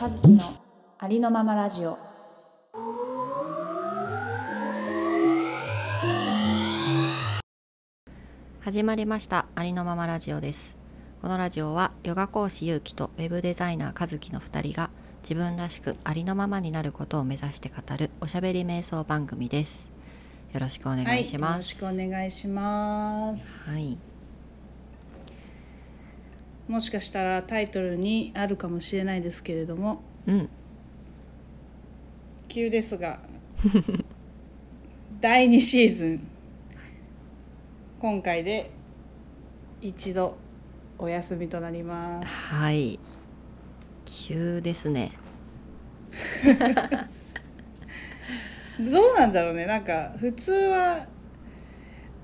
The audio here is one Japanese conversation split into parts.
和樹のありのままラジオ始まりましたありのままラジオですこのラジオはヨガ講師ゆうきとウェブデザイナー和樹の2人が自分らしくありのままになることを目指して語るおしゃべり瞑想番組ですよろしくお願いしはい、よまろしすくお願いします、はい、もしかしたらタイトルにあるかもしれないですけれどもうん急です が第2シーズン今回で一度お休みとなりますはい急ですねどうなんだろうねなんか普通は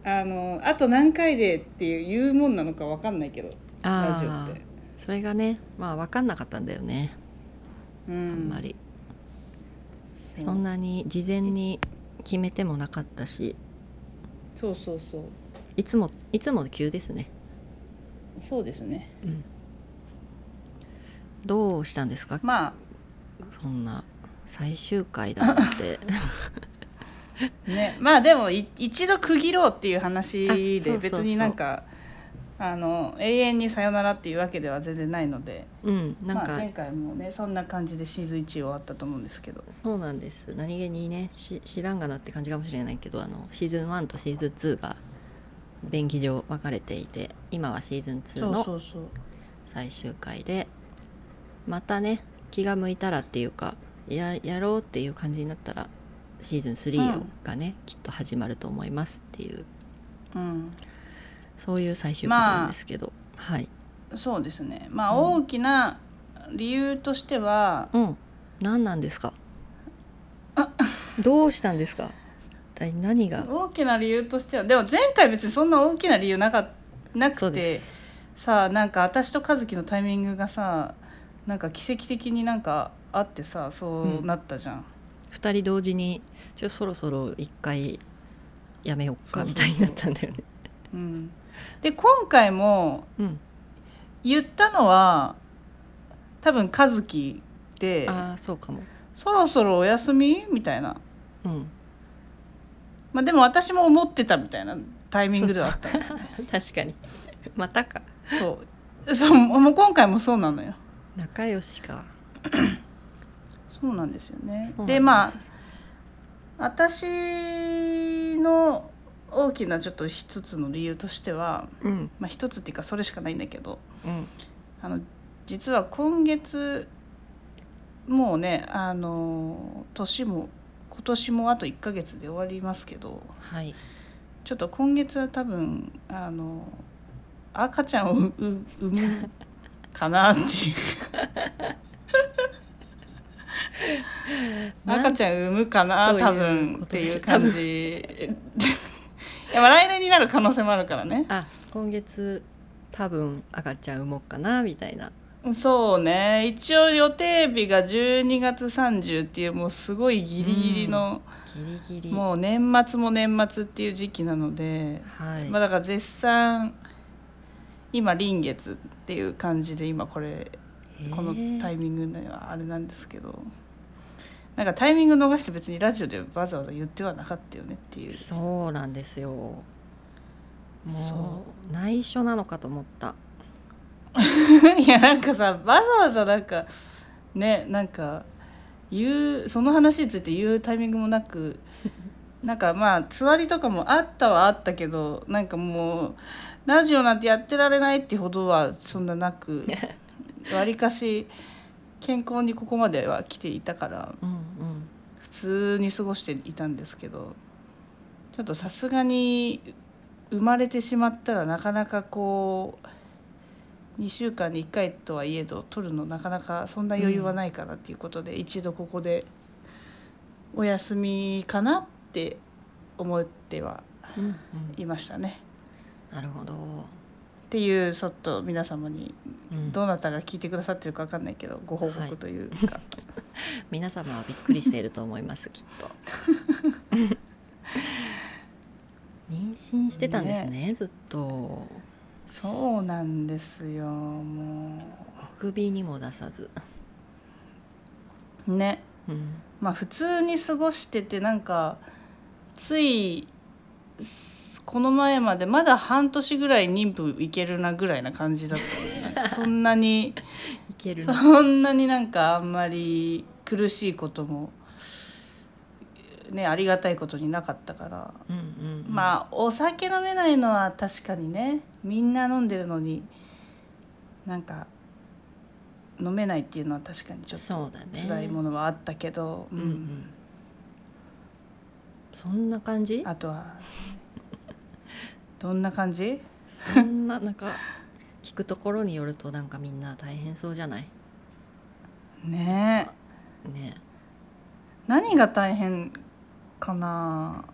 あのあと何回でっていう言うもんなのかわかんないけどラジオあっあてそれがねまあ分かんなかったんだよね、うあんんまりそそんなに事前に決めてもなかったしそうそうそういつもいつも急ですねそうですねどうしたんですかまあそんな最終回だなん てね、まあでもい一度区切ろうっていう話あそでうそうそう別になんかあの永遠にさよならっていうわけでは全然ないのでうんなんか、まあ、前回もねそんな感じでシーズン1終わったと思うんですけどそうなんです何気にねし知らんがなって感じかもしれないけどあのシーズン1とシーズン2が便宜上分かれていて今はシーズン2のうそう最終回でまたね気が向いたらっていうかややろうっていう感じになったらシーズン3をうんがね、きっと始まると思いますっていううんそういう最終回まあなんですけど、はいそうですねまあ大きな理由としては、うん何なんですか どうしたんですか一体何が大きな理由としてはでも前回別にそんな大きな理由なかなくそうでてさあなんか私と和樹のタイミングがさなんか奇跡的になんかあってさそうなったじゃん2人同時にちょそろそろ1回やめようそうかそうみたいになったんだよね。うんで今回もうん、言ったのは多分和樹でああそうかも。 「そろそろお休み?」みたいな、うん、まあ、でも私も思ってたみたいなタイミングではあったの 確かにまたかそうそうもう今回もそうなのよ仲良しか。そうなんですよねそうなんでまあす私の大きなちょっと一つの理由としてはうんまあ一つっていうかそれしかないんだけどうんあの実は今月もうねあの年も今年もあと1ヶ月で終わりますけどはいちょっと今月は多分あの赤ちゃんをうう産むかなっていう赤ちゃん産むかな多分っていう感じいやまあ来年になる可能性もあるからねあ今月多分赤ちゃん産もうかなみたいな。そうね一応予定日が12月30っていうもうすごいギリギリの、ギリギリ。もう年末も年末っていう時期なので、はい、まあだから絶賛今臨月っていう感じで今これへーこのタイミングではあれなんですけどなんかタイミング逃して別にラジオでわざわざ言ってはなかったよねっていうそうなんですよ。もそう内緒なのかと思った。 いやなんかさわざわざなんかねなんか言うその話について言うタイミングもなくなんかまあつわりとかもあったはあったけどなんかもうラジオなんてやってられないってほどはそんななくわりかし健康にここまでは来ていたからうんうん。普通に過ごしていたんですけどちょっとさすがに生まれてしまったらなかなかこう2週間に1回とはいえど取るのなかなかそんな余裕はないからっていうことで、一度ここでお休みかなって思ってはうんうん、いましたね。なるほど。っていうちょっと皆様にうんどなたが聞いてくださってるか分かんないけどご報は告いというか、皆様はびっくりしていると思いますきっ と妊娠してたんですねずっとそうなんですよもう。お首にも出さずねうんまあ普通に過ごしててなんかついすこの前までまだ半年ぐらい妊婦いけるなぐらいな感じだったのねそんなにいけるなそんなになんかあんまり苦しいこともねありがたいことになかったから、うんうんうんまあお酒飲めないのは確かにねみんな飲んでるのになんか飲めないっていうのは確かにちょっとそうだね辛いものはあったけど、うんううんんそんな感じあとはどんな感じそんななんか聞くところによるとなんかみんな大変そうじゃないねえね何が大変かな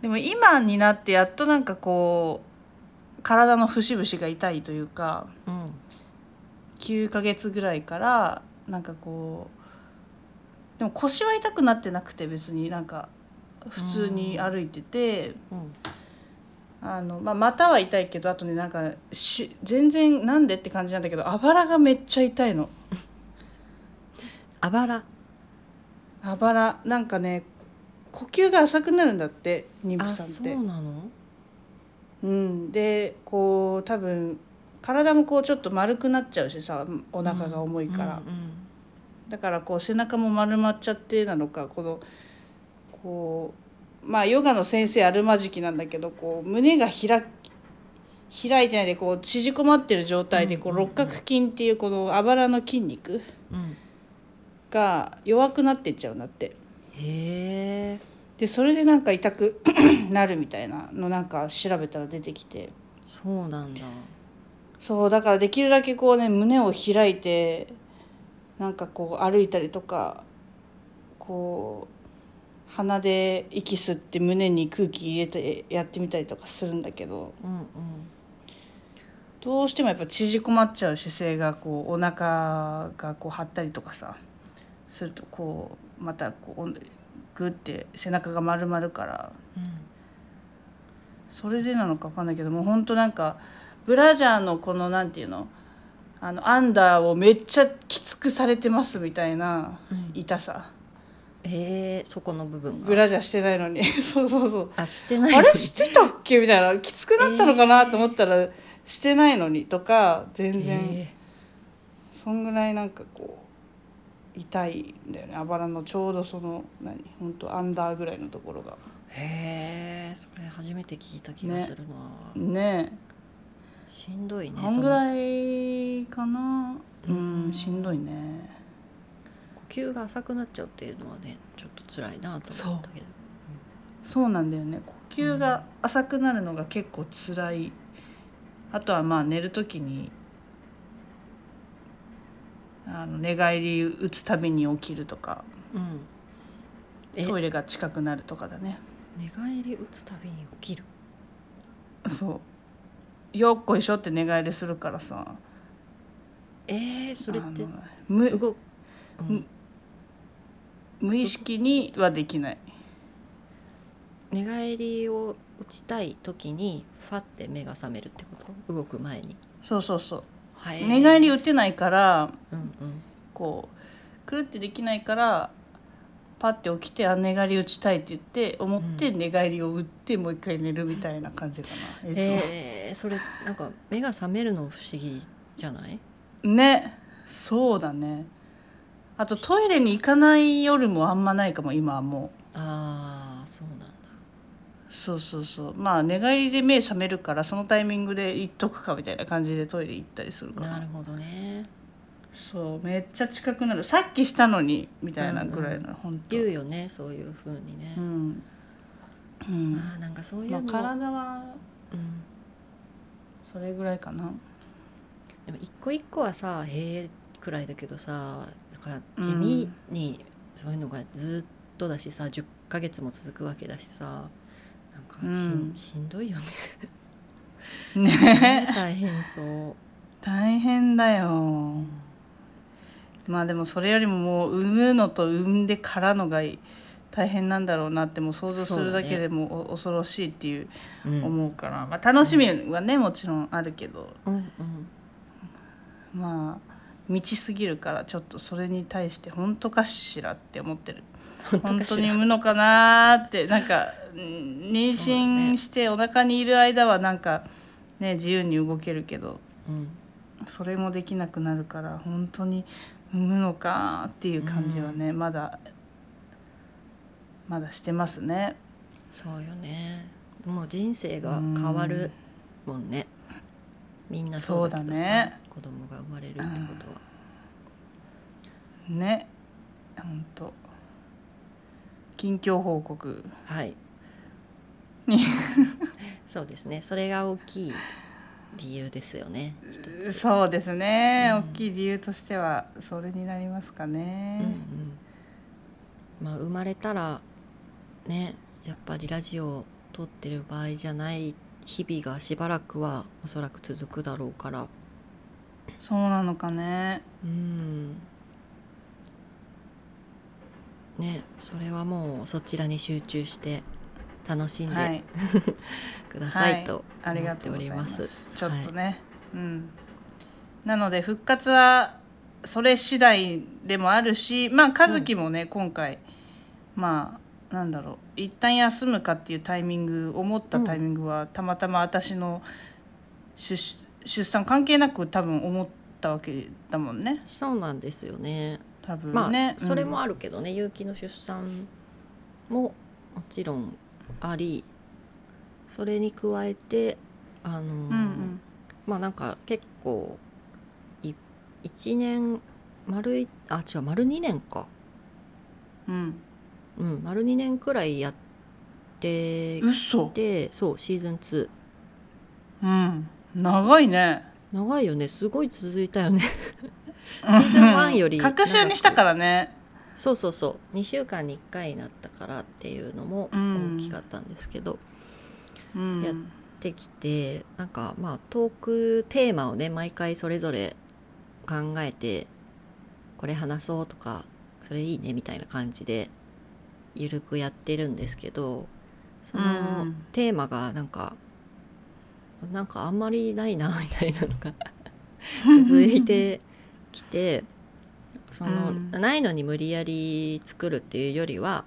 でも今になってやっとなんかこう体の節々が痛いというかうん9ヶ月ぐらいからなんかこうでも腰は痛くなってなくて別になんか普通に歩いてて、うんあのまあ、股は痛いけどあとねなんかし全然なんでって感じなんだけどあばらがめっちゃ痛いのあばらあばらなんかね呼吸が浅くなるんだって妊婦あさんっそうて。なのうん、でこう多分体もこうちょっと丸くなっちゃうしさお腹が重いから、うんうんだからこう背中も丸まっちゃってなのかこのこうまあヨガの先生あるまじきなんだけどこう胸が開き開いてないでこう縮こまってる状態でこううんうんうん肋角筋っていうこのあばらの筋肉うんが弱くなってっちゃうんだってへえでそれでなんか痛く なるみたいなのなんか調べたら出てきてそうなんだそうだからできるだけこうね胸を開いてなんかこう歩いたりとかこう鼻で息吸って胸に空気入れてやってみたりとかするんだけどうんうんどうしてもやっぱ縮こまっちゃう姿勢がこうお腹がこう張ったりとかさするとこうまたこうおグッて背中が丸まるからうんそれでなのか分かんないけどもうほんとなんかブラジャーのこのなんていうのあのアンダーをめっちゃきつくされてますみたいなうん痛さ、へえそこの部分ブがラジャーしてないのに そうそうそうあしてないあれしてたっけみたいなきつくなったのかなと思ったらしてないのにとか全然へそんぐらいなんかこう痛いんだよねあばらのちょうどその何ほんとアンダーぐらいのところがえそれ初めて聞いた気がするな、ねえしんどいねあんぐらいかなううんんしんどいねその呼吸が浅くなっちゃうっていうのはねちょっと辛いなと思ったけどそうなんだよね呼吸が浅くなるのが結構辛い、あとはまあ寝る時にあの寝返り打つたびに起きるとかうんえトイレが近くなるとかだね寝返り打つたびに起きるそうよっこいしょって寝返りするからさえー、それっあての無動く、うん、無意識にはできない寝返りを打ちたい時にファって目が覚めるってこと動く前に、そうそうそう、はい寝返り打打てないからうんうんこうくるってできないからパッて起きてあ寝返り打ちたいって言って思って寝返りを打ってもう一回寝るみたいな感じかな、いつも、えー、それなんか目が覚めるの不思議じゃないねそうだねあとトイレに行かない夜もあんまないかも今はもああそうなんだうそうそうそうまあ寝返りで目覚めるからそのタイミングで行っとくかみたいな感じでトイレ行ったりするかななるほどねそうめっちゃ近くなるさっきしたのにみたいなぐらいの、本当言うよねそういう風にねう、ん、うんああなんかそういうまのあ、体はうん、それぐらいかなでも一個一個はさへえくらいだけどさなんか地味にそういうのがずっとだしさ10ヶ月も続くわけだしさなんかし,、うんん、しんどいよねね大変そう大変だよまあでもそれよりももう産むのと産んでからのが大変なんだろうなってもう想像するだけでもお恐ろしいっていううんうん思うから、まあ楽しみはねもちろんあるけどうんまあ未知すぎるからちょっとそれに対して本当かしらって思ってる本当本か当しにら産むのかなーってなんかうん妊娠してお腹にいる間はなんかね自由に動けるけどうんそれもできなくなるから本当に産むのかーっていう感じはね、まだまだしてますね。そうよねもう人生が変わるもんねみんなそうだけどさそうだね子供が生まれるってことは、ね本当近況報告はいに そうですねそれが大きい理由ですよね一つそうですね、うん大きい理由としてはそれになりますかねうんう。んまあ生まれたらねやっぱりラジオを撮ってる場合じゃない日々がしばらくはおそらく続くだろうからそうなのかねうんねそれはもうそちらに集中して楽しんはでいください、はいとあり思がっとてうおござりいま。ますす。ちょっとね、うん。なので復活はそれ次第でもあるし、まあ和樹もね、今回まあなんだろう一旦休むかっていうタイミング思ったタイミングは、たまたま私の出出産関係なく多分思ったわけだもんね。そうなんですよね。多分まあ、ね、うんそれもあるけどね、有機の出産ももちろんあり、それに加えてあのー、うんうんまあなんか結構い一年丸いあ違う丸二年か。うん。うん、丸2年くらいやって嘘。でそうシーズン2うん。長いね。長いよねすごい続いたよねシーズンワンより隔週にしたからね。そうそうそう2週間に1回になったからっていうのもうん大きかったんですけど、うん。やできてなんかまあトークテーマをね毎回それぞれ考えてこれ話そうとかそれいいねみたいな感じでゆるくやってるんですけどそのうんテーマがなんか、なんかあんまりないなみ たいなの が続いてきてその、うんないのに無理やり作るっていうよりは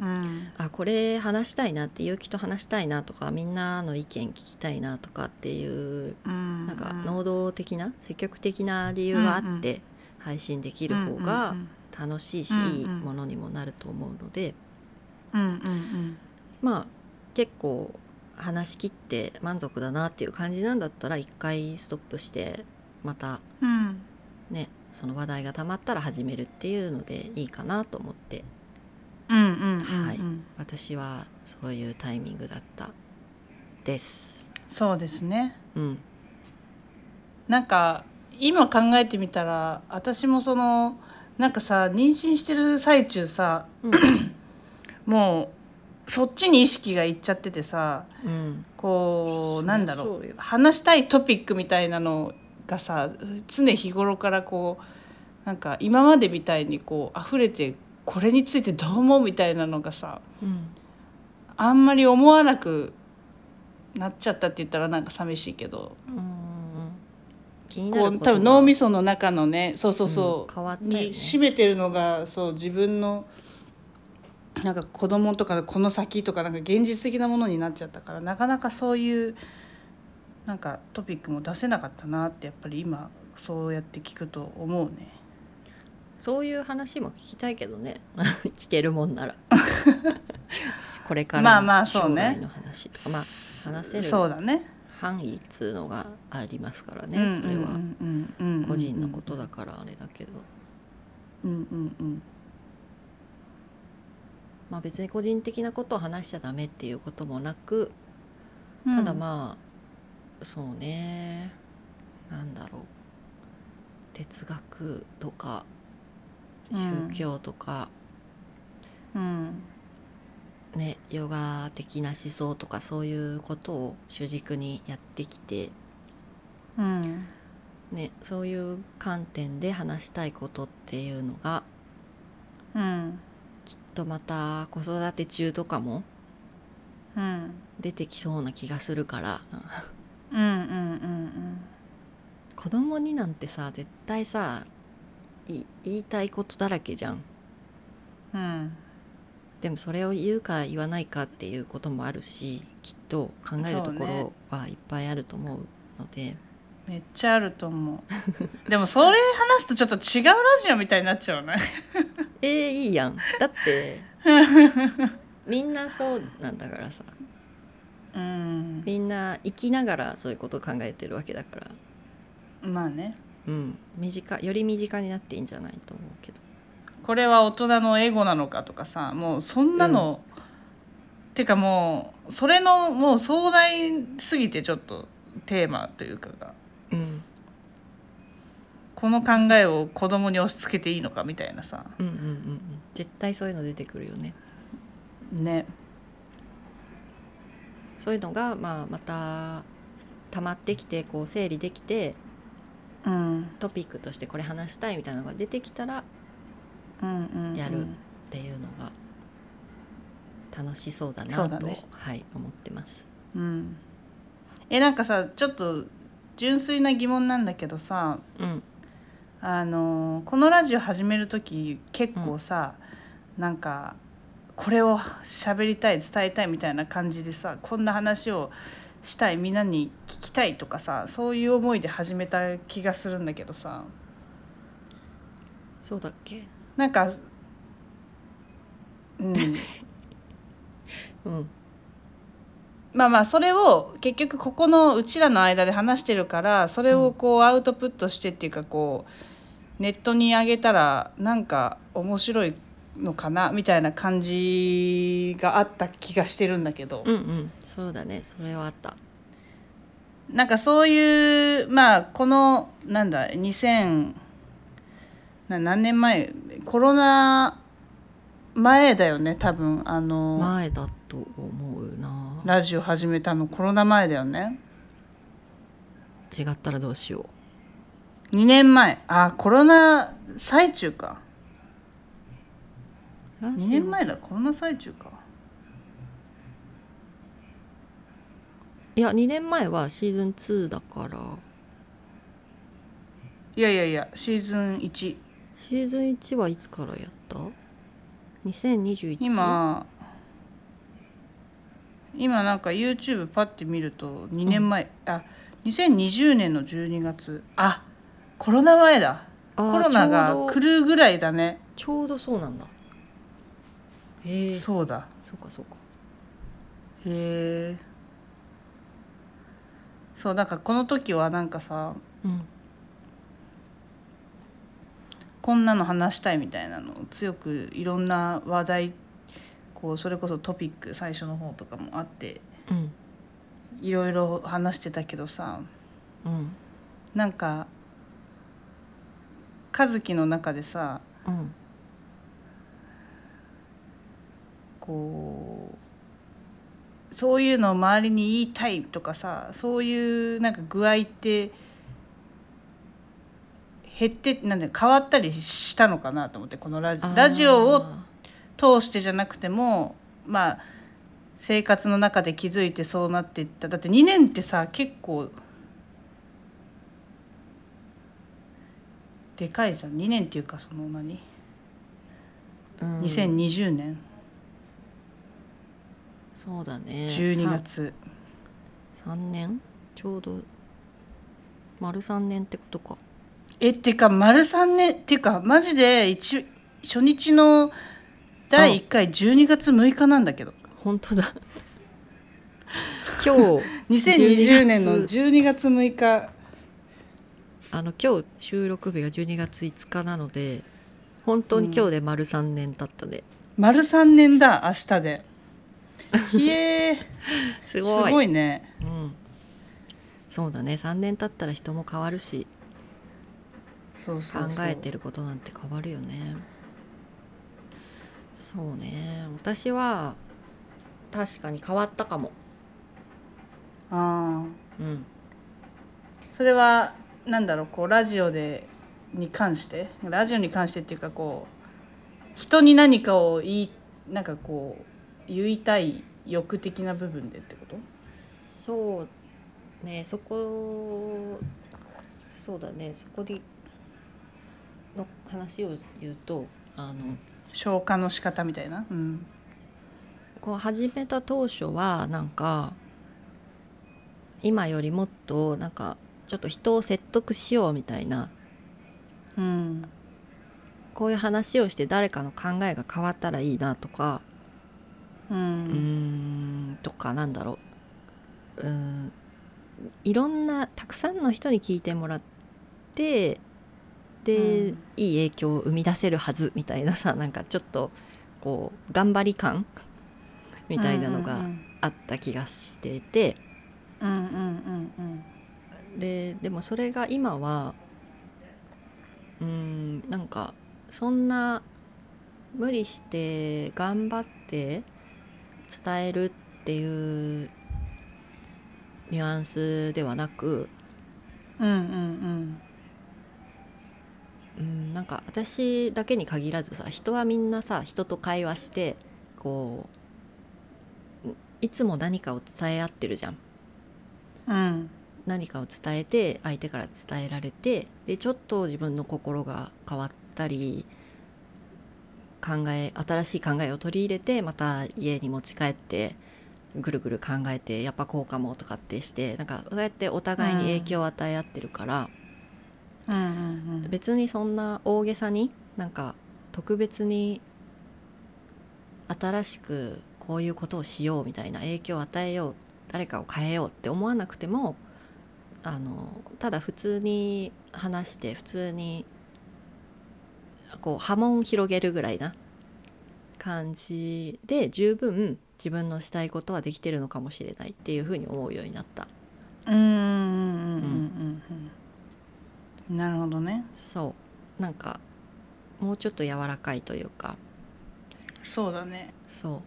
うん。あこれ話したいなって結城と話したいなとかみんなの意見聞きたいなとかっていうななんか能動的な積極的な理由があって配信できる方が楽しいしうんうんいいものにもなると思うのでうんうんうんまあ結構話し切って満足だなっていう感じなんだったら一回ストップしてまたうんねその話題がたまったら始めるっていうのでいいかなと思ってうんうんうんうんはい私はそういうタイミングだったです。そうですねうんなんか今考えてみたら私もそのなんかさ妊娠してる最中さ、うんもうそっちに意識がいっちゃっててさうんこうそりなゃんだろそううよ話したいトピックみたいなのがさ常日頃からこうなんか今までみたいにこう溢れてこれについてどう思うみたいなのがさうんあんまり思わなくなっちゃったって言ったらなんか寂しいけどうん気になるここうと多分が脳みその中のねそうそううそんう、変わったよねに占めてるのがそう自分のなんか子供とかこの先とかなんか現実的なものになっちゃったからなかなかそういうなんかトピックも出せなかったなってやっぱり今そうやって聞くと思うね。そういう話も聞きたいけどね聞けるもんならこれからまあのまあそう将ね来の話とかまあ話せるそうだね。範囲っつうのがありますからうねんそれはうんうんうんうん個人のことだからあれだけどうんうんうん。まあ別に個人的なことを話しちゃダメっていうこともなくうんただまあそうねなんだろう哲学とかうん宗教とか、うんねヨガ的な思想とかそういうことを主軸にやってきて、うんね、そういう観点で話したいことっていうのがうんきっとまた子育て中とかもうん出てきそうな気がするからうんうんうん子供になんてさ絶対さい言いたいことだらけじゃんうんでもそれを言うか言わないかっていうこともあるしきっと考えるとそこうねろはいっぱいあると思うのでめっちゃあると思う でもそれ話すとちょっと違うラジオみたいになっちゃ うねえー、いいやんだって みんなそうなんだからさうんみんな生きながらそういうことを考えてるわけだからまあねうん身近より身近になっていいんじゃないと思うけどこれは大人のエゴなのかとかさもうそんなの、てかもうそれのもう壮大すぎてちょっとテーマというかがうんこの考えを子供に押し付けていいのかみたいなさうんうんうんうん絶対そういうの出てくるよねねそういうのが、まあ、また溜まってきてこう整理できてうんトピックとしてこれ話したいみたいなのが出てきたらっうんうん、うん、やるていうのが楽しそうだそなうだとねはい、思ってます。うんえなんかさちょっと純粋な疑問なんだけどさうんあのーこのラジオ始める時結構さ、なんかこれを喋りたい伝えたいみたいな感じでさこんな話をしたいみんなに聞きたいとかさそういう思いで始めた気がするんだけどさそうだっけなんかうんうんまあまあそれを結局ここのうちらの間で話してるからそれをこうアウトプットしてっていうかこうネットに上げたらなんか面白いのかなみたいな感じがあった気がしてるんだけどうんうんそうだねそれはあったなんかそういうまあこのなんだ2000な何年前コロナ前だよね多分あの、前だと思うなラジオ始めたのコロナ前だよね。違ったらどうしよ2年前あコロナ最中かうラジオ2年前だコロナ最中かいや2年前はシーズン2だからいやいやいやシーズン1シーズン1はいつからやった ?2021 今今なんか YouTube パッて見ると2年前、あ2020年の12月あコロナ前だあコーロナちょがうど来るぐらいだねちょうどそうなんだへえそそうだうかそうかへえそうなんかこの時はなんかさうんこんなの話したいみたいなのを強くいろんな話題こうそれこそトピック最初の方とかもあってうんいろいろ話してたけどさうんなんか和樹の中でさうんこうそういうのを周りに言いたいとかさそういうなんか具合って減ってなんだ変わったりしたのかなと思ってこのラジあーラジオを通してじゃなくてもまあ生活の中で気づいてそうなっていっただって2年ってさ結構でかいじゃん2年っていうかその何、うん2020年そうだね12月、 3年ちょうど丸3年ってことかえってか丸3年っていうかマジで一初日の第1回12月6日なんだけど本当だ今日2020年の12月6日 あの今日収録日が12月5日なので本当に今日で丸3年経ったね、丸3年だ明日 で。ひえーすすごいごいね。うん、そうだね3年経ったら人も変わるしそう考そうそうえてることなんて変わるよねそうね私は確かに変わったかもああうんそれはなんだろうこうラジオでに関してラジオに関してっていうかこう人に何かを言いなんかこう言いたい欲的な部分でってことそうねそこそうだねそこでの話を言うとあの消化の仕方みたいな、うん、こう始めた当初はなんか今よりもっとなんかちょっと人を説得しようみたいなうんこういう話をして誰かの考えが変わったらいいなとかううんーんとかなんだろううーんいろんなたくさんの人に聞いてもらってで、うんいい影響を生み出せるはずみたいなさなんかちょっとこう頑張り感みたいなのがあった気がしてて。うんうんうんうんででもそれが今はうーんなんかそんな無理して頑張って伝えるっていうニュアンスではなくうんうんうんうんなんか私だけに限らずさ人はみんなさ人と会話してこういつも何かを伝え合ってるじゃん。うん何かを伝えて相手から伝えられてでちょっと自分の心が変わったり考え新しい考えを取り入れてまた家に持ち帰ってぐるぐる考えてやっぱこうかもとかってしてなんかそうやってお互いに影響を与え合ってるから、うんうん別にそんな大げさになんか特別に新しくこういうことをしようみたいな影響を与えよう誰かを変えようって思わなくてもあのただ普通に話して普通にこう波紋広げるぐらいな感じで十分自分のしたいことはできてるのかもしれないっていうふうに思うようになった。うんうんうんうんうんなるほどねそうなんかもうちょっと柔らかいというかそうだねそ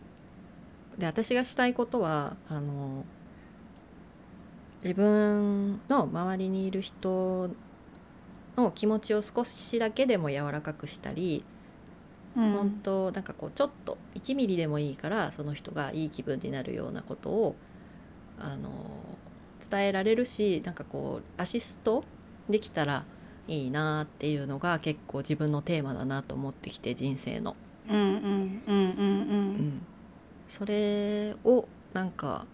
うで私がしたいことはあの自分の周りにいる人の気持ちを少しだけでも柔らかくしたり、うん本当なんかこうちょっと1ミリでもいいからその人がいい気分になるようなことをあの伝えられるしなんかこうアシストできたらいいなっていうのが結構自分のテーマだなと思ってきて人生の。うんうんうんうんううんん、それをなんか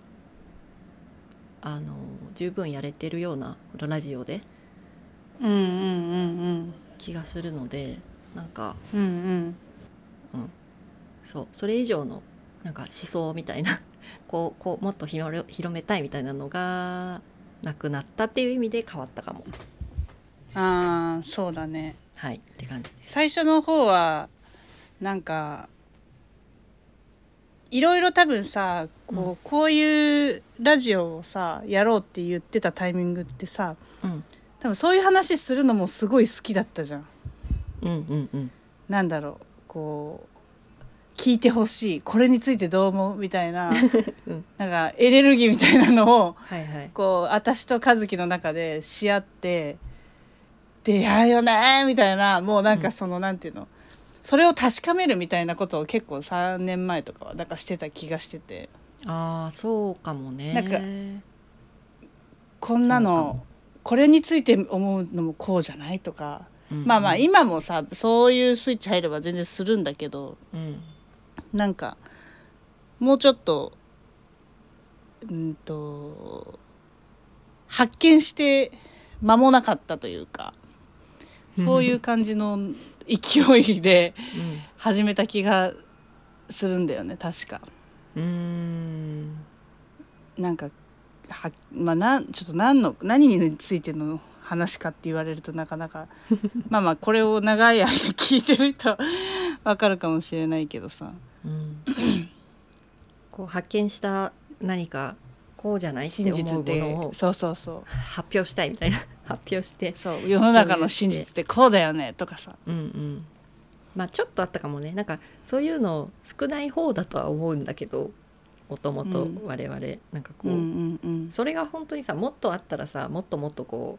あの十分やれてるようなラジオでうんうんうんうん気がするのでなんかうんうんそうそれ以上のなんか思想みたいな こうこうもっと広め広めたいみたいなのがなくなったっていう意味で変わったかもああそうだねはいって感じです。最初の方はなんかいろいろ多分さこう,、こういうラジオをさやろうって言ってたタイミングってさうん多分そういう話するのもすごい好きだったじゃん。うんうんうんなんだろうこう聞いてほしいこれについてどう思うみたいな、うんなんかエネルギーみたいなのをはいはいこう私と和樹の中でし合って「出会いよね」みたいなもうなんかその、なんていうのそれを確かめるみたいなことを結構3年前とかはなんかしてた気がしててああそうかもねなんかこんなそうかのこれについて思うのもこうじゃないとか、うんまあまあ今もさそういうスイッチ入れば全然するんだけどうんなんかもうちょっとうんと発見して間もなかったというかそういう感じの勢いで始めた気がするんだよね確か。うんうーんなんかは、まあ、なんちょっと何の何についての話かって言われるとなかな かまあまあこれを長い間聞いてる人はわかるかもしれないけどさうん、こう発見した何かこうじゃないって真思実っうもてのをそうそうそう発表したいみたいな 発表してそう世の中の真実ってこうだよねとかさうんうんまあちょっとあったかもねなんかそういうの少ない方だとは思うんだけどもともとうん我々、なんかこうんう、うんうんそれが本当にさもっとあったらさもっともっとこ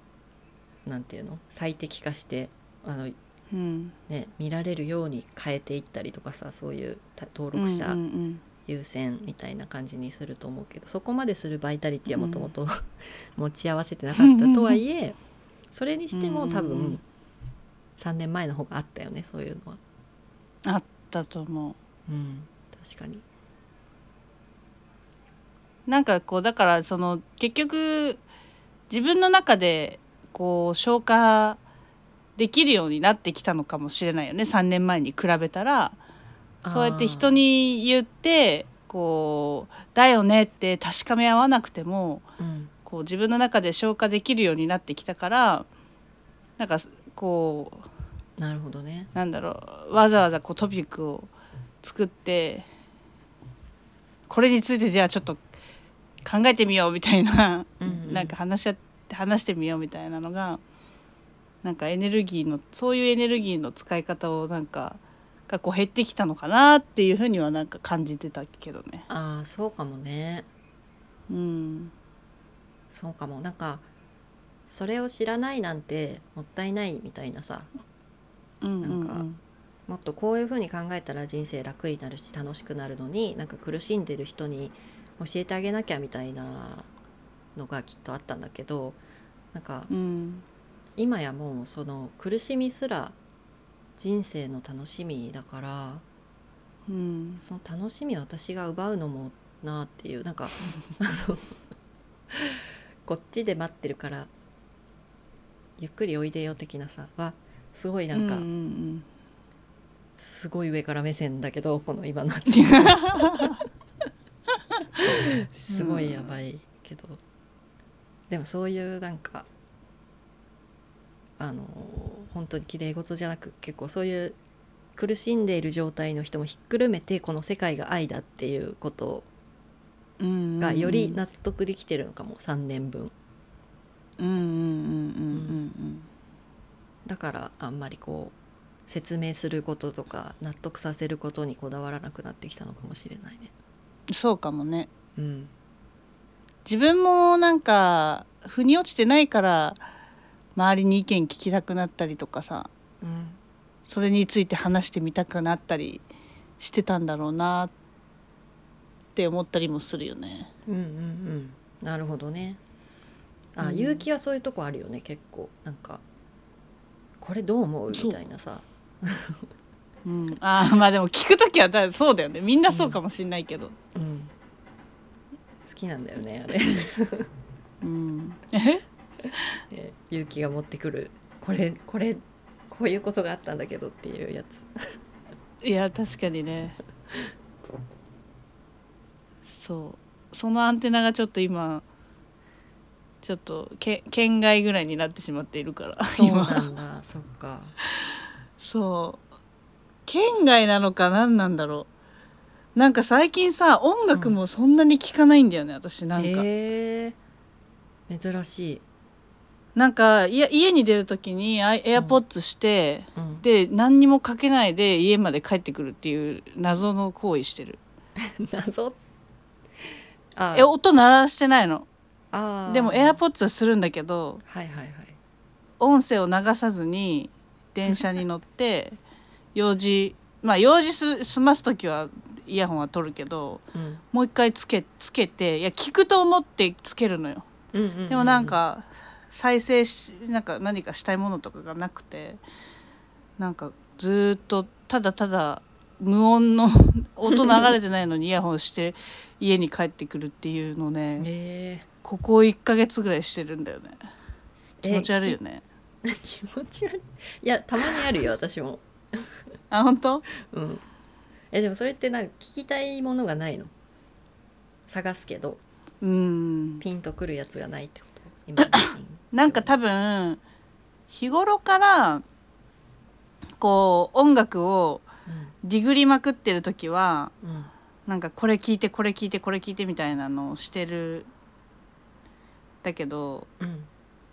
うなんていうの最適化してあの、うんね、見られるように変えていったりとかさそういうた登録者、うんうん優先みたいな感じにすると 思うけどそこまでするバイタリティはもともと持ち合わせてなかったとはいえ、それにしても多うんうんう分ん3年前の方があったよねそういうのは、あったと思ううん、確かになんかこうだからその結局自分の中でこう消化できるようになってきたのかもしれないよね3年前に比べたらそうやって人に、に言ってこう「だよね」って確かめ合わなくてもうんこう自分の中で消化できるようになってきたからなんかこうなるほどねなんだろうわざわざこうトピックを作ってこれについてじゃあちょっと考えてみようみたいな、うんうんなんか話し合って話してみようみたいなのがなんかエネルギーのそういうエネルギーの使い方をなんかがこう減ってきたのかなっていうふうにはなんか感じてたけどね。ああそうかもねうん、そうかもなんかそれを知らないなんてもったいないみたいなさうんうんなんもっとこういうふうに考えたら人生楽になるし楽しくなるのになんか苦しんでる人に教えてあげなきゃみたいなのがきっとあったんだけどなんかうん今やもうその苦しみすら人生の楽しみだからうんその楽しみを私が奪うのもなあっていうなんかあのこっちで待ってるからゆっくりおいでよ的なさはすごいなんか、うんうんすごい上から目線だけどこの今のすごいやばいけど、でもそういうなんかあの本当に綺麗事じゃなく結構そういう苦しんでいる状態の人もひっくるめてこの世界が愛だっていうことうんうんうんがより納得できてるのかも3年分うんうんうんうんうんだからあんまりこう説明することとか納得させることにこだわらなくなってきたのかもしれないね。うんそうかもねうん、自分もなんか腑に落ちてないから周りに意見聞きたくなったりとかさうんそれについて話してみたくなったりしてたんだろうなって思ったりもするよね。うんうんうんなるほどねあ、うん勇気はそういうとこあるよね結構なんかこれどう思うそうみたいなさうん、 ああまあでも聞く時はだそうだよねみんなそうかもしんないけど。う、ん、好きなんだよねあれ うん、え勇気が持ってくるこれこれこういうことがあったんだけどっていうやついや確かにねそうそのアンテナがちょっと今ちょっとけ県外ぐらいになってしまっているからそう今なんだそっかそう県外なのか何なんだろうなんか最近さ音楽もそんなに聴かないんだよね、私なんか、へえ珍しい、なんかいや家に出る時にあエアポッツして、うん、で何にもかけないで家まで帰ってくるっていう謎の行為してる 謎あえ音鳴らしてないのあーでもエアポッツはするんだけどはいはいはい音声を流さずに電車に乗って用事まあ用事す済ます時はイヤホンは取るけどうんもう一回つけつけていや聞くと思ってつけるのようんうんうでもなんか再生しなんか何かしたいものとかがなくてなんかずーっとただただ無音の 音流れてないのにイヤホンして家に帰ってくるっていうのねえここ1ヶ月ぐらいしてるんだよね気え持ち悪いよね 気持ち悪いいやたまにあるよ私もあ本当うんえでもそれってなんか聞きたいものがないの探すけどうんピンとくるやつがないってこと 今のなんか多分日頃からこう音楽をディグりまくってる時はうんうんなんかこれ聞いてこれ聞いてこれ聞いてみたいなのをしてるだけど、うん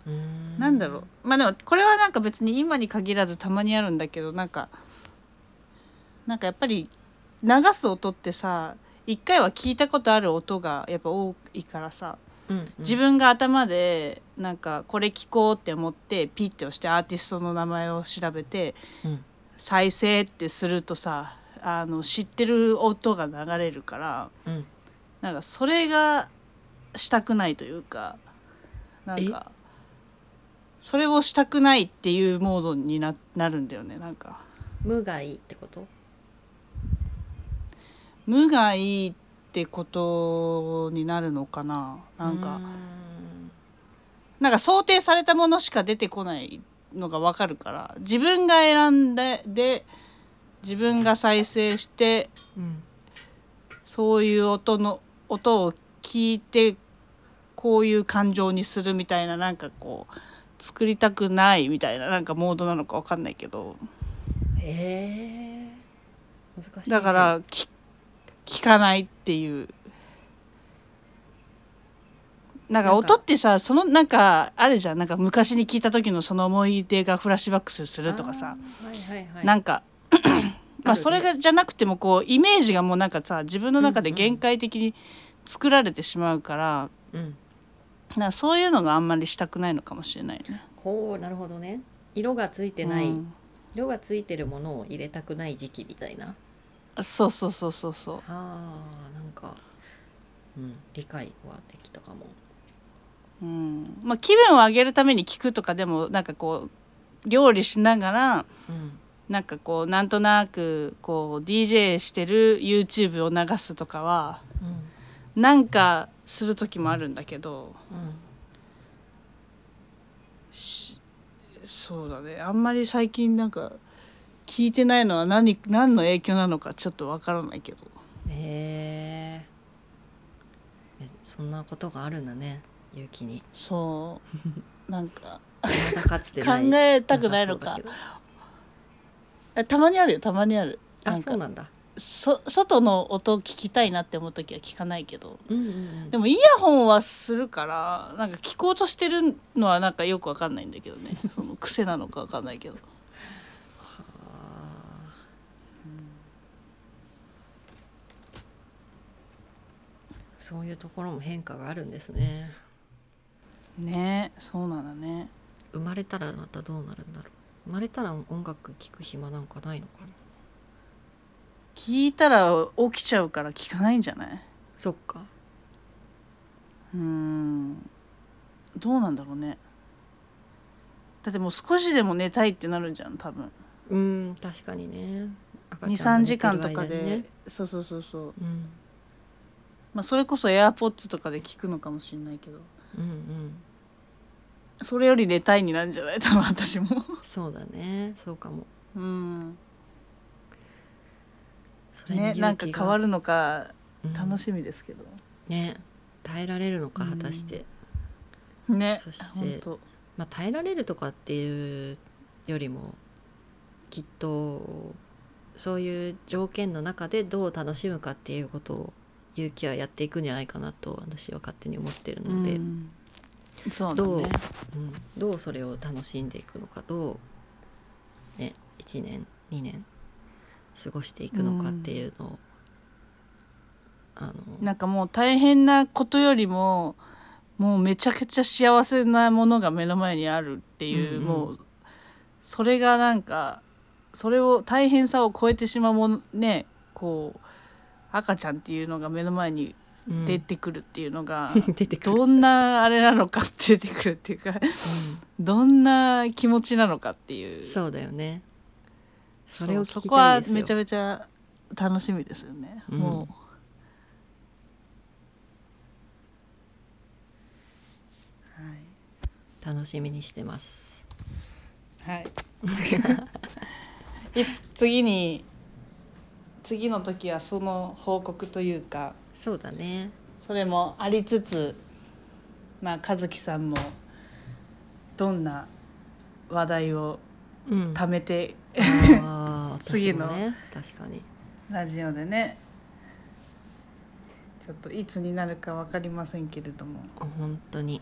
うーんなんだろうまあでもこれはなんか別に今に限らずたまにあるんだけどなんかなんかやっぱり流す音ってさ一回は聞いたことある音がやっぱ多いからさ、うん、うん自分が頭でなんかこれ聞こうって思ってピッて押してアーティストの名前を調べてうん再生ってするとさあの知ってる音が流れるからうんなんかそれがしたくないというかなんかそれをしたくないっていうモードにななるんだよねなんか無がいいってこと無がいいってことになるのかななんか、うーなんか想定されたものしか出てこないのがわかるから自分が選んでで自分が再生してうんそういう音の音を聞いてこういう感情にするみたいななんかこう作りたくないみたいななんかモードなのかわかんないけどへえ難しいねだからき聞かないっていうなんかなんか音ってさそのなんかあるじゃんなんか昔に聞いた時のその思い出がフラッシュバックするとかさ、あーはいはいはいなんかまあるねあそれがじゃなくてもこうイメージがもうなんかさ自分の中で限界的に作られてしまうから、うんなんかそういうのがあんまりしたくないのかもしれないね。ほうなるほどね色がついてない、うん色がついてるものを入れたくない時期みたいなはそうそうそうそうそう。あなんかうん理解はできたかもうんまあ、気分を上げるために聞くとかでもなんかこう料理しながらうんなんかこうなんとなくこう DJ してる YouTube を流すとかはうなんかする時もあるんだけどんうんしそうだねあんまり最近なんか聞いてないのは何何の影響なのかちょっとわからないけどへえそんなことがあるんだね勇 気にそう なんかまだかつてない考えたくないのかさそうだえたまにあるよたまにあるけどなあんそうかなんだそ外の音を聞きたいなって思う時は聞かないけどうんうんうんでもイヤホンはするからなんか聞こうとしてるのはなんかよくわかんないんだけど ねその癖なのかわかんないけどあーそういうところも変化があるんですねねそうなんだね生まれたらまたどうなるんだろう生まれたら音楽聴く暇なんかないのかな聞いたら起きちゃうから聞かないんじゃないそっかうーんどうなんだろうねだってもう少しでも寝たいってなるんじゃん多分うん確かにね赤ちゃん23時が寝間てるとかで、間にねそうそうそうそううんまあそれこそ AirPods とかで聞くのかもしれないけどうんうんそれより寝たいになるんじゃない多分私もそうだねそうかも うんそれにね勇気なんか変わる、るのかうん楽しみですけど、ね耐えられるのかうん果たして、ねそして本当まあ耐えられるとかっていうよりもきっとそういう条件の中でどう楽しむかっていうことを勇気はやっていくんじゃないかなと私は勝手に思ってるので、うんん、そうだどうねどうそれを楽しんでいくのかどう、ね、1年2年過ごしていくのかっていうのを、あのなんかもう大変なことよりももうめちゃくちゃ幸せなものが目の前にあるっていう、うんうんもうそれがなんかそれを大変さを超えてしまうものねこう赤ちゃんっていうのが目の前にうん出てくるっていうの が、出てくる、どんなあれなのかって出てくるっていうかどんな気持ちなのかっていううんそうだよねそそれをう聞そきこたはいんですよめちゃめちゃ楽しみですよね、うんもう楽しみにしてますはい、はい、い つ次に次の時はその報告というかそうだねそれもありつつまあ和樹さんもどんな話題をうん貯めてあー次の私もね確かにラジオでねちょっといつになるか分かりませんけれども本当に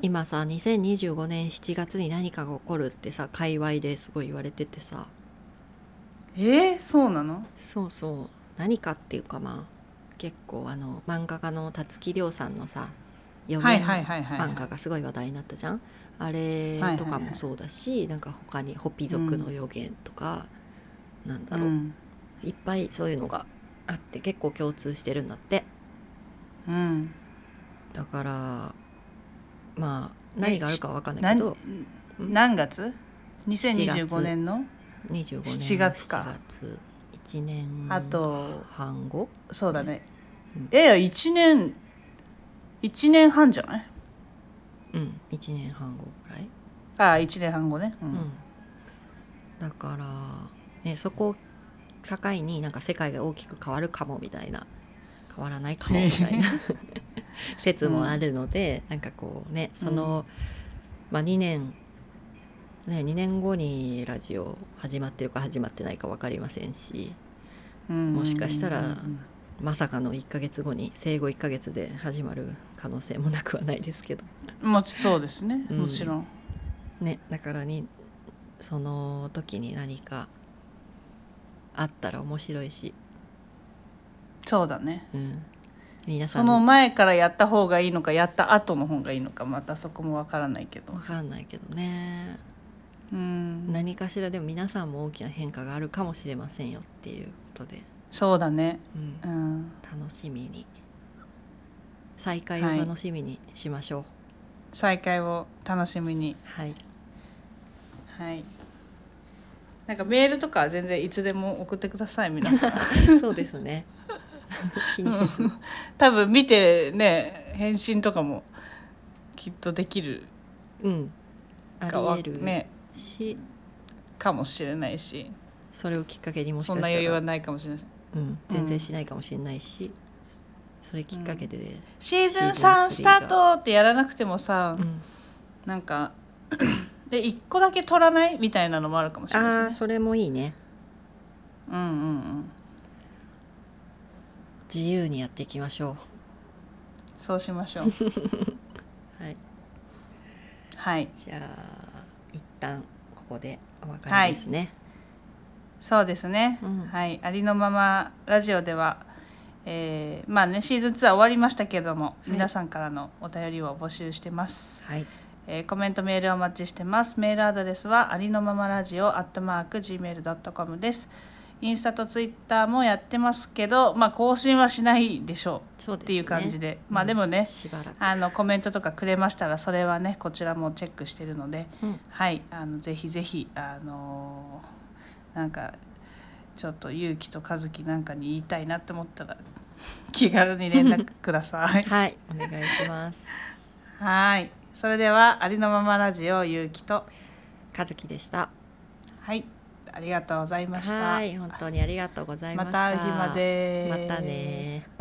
今さ2025年7月に何かが起こるってさ界隈ですごい言われててさえー、そうなのそうそう何かっていうかまあ結構あの漫画家の辰木亮さんのさ4はい年はいはいはいはい漫画がすごい話題になったじゃんあれとかもそうだし、なんか他に「ホピ族の予言」とか、なんだろう、んいっぱいそういうのがあって結構共通してるんだってうんだからまあ何があるかわかんないけどうん何月2025 2025年の25年の7月か月1年あと半後そうだねいやいや1年1年半じゃないうん1年半後ぐらい、ああ1年半後ね、ううんんだから、ね、そこを境になんか世界が大きく変わるかもみたいな変わらないかもみたいな 説もあるので、なんかこうねその、まあ、2年ね、2年後にラジオ始まってるか始まってないか分かりませんしうんもしかしたらうんまさかの1ヶ月後に生後1ヶ月で始まる可能性もなくはないですけどもうそうですね、うんもちろんねだからにその時に何かあったら面白いし、そうだねうん、皆さそんのも前からやった方がいいのかやった後の方がいいのかまたそこもわからないけど分かんないけどねうん何かしらでも皆さんも大きな変化があるかもしれませんよっていうことで、そうだねうん、うん楽しみに再会を楽しみにしましょう再会を楽しみにはい、はいなんかメールとかは全然いつでも送ってください皆 さん そうです ね気にせず多分見てね返信とかもきっとできるうんあかわりえるねし、かもしれないしそれをきっかけにもしかそしんなた余裕らはないかもしれないうん、全然しないかもしれないし、それきっかけで、シーズンシーズン3ススリータがートってやらなくてもさ、うんなんか で1個だけ取らないみたいなのもあるかもしれないしねああそれもいいねうんうんうん自由にやっていきましょそうしましょ ううはいはいじゃあ一旦ここでお別はれいですね、そうですね、うんはいありのままラジオではえーまあねシーズン2は終わりましたけれども、い皆さんからのお便りを募集してます、はいえーコメントメールをお待ちしてますメールアドレスはありのままラジオアットマーク Gmail.com ですインスタとツイッターもやってますけどまあ更新はしないでしょそううっですねていう感じでまあでもね、しばらくあのコメントとかくれましたらそれはねこちらもチェックしてるので、うんはいあのぜひぜひあのーなんかちょっと勇気と和樹なんかに言いたいなって思ったら 気軽に連絡くださ いはいお願いしますはいそれではありのままラジオ勇気と和樹でしたはい ありがとうございましたはい本当にありがとうございまました会う日までまたね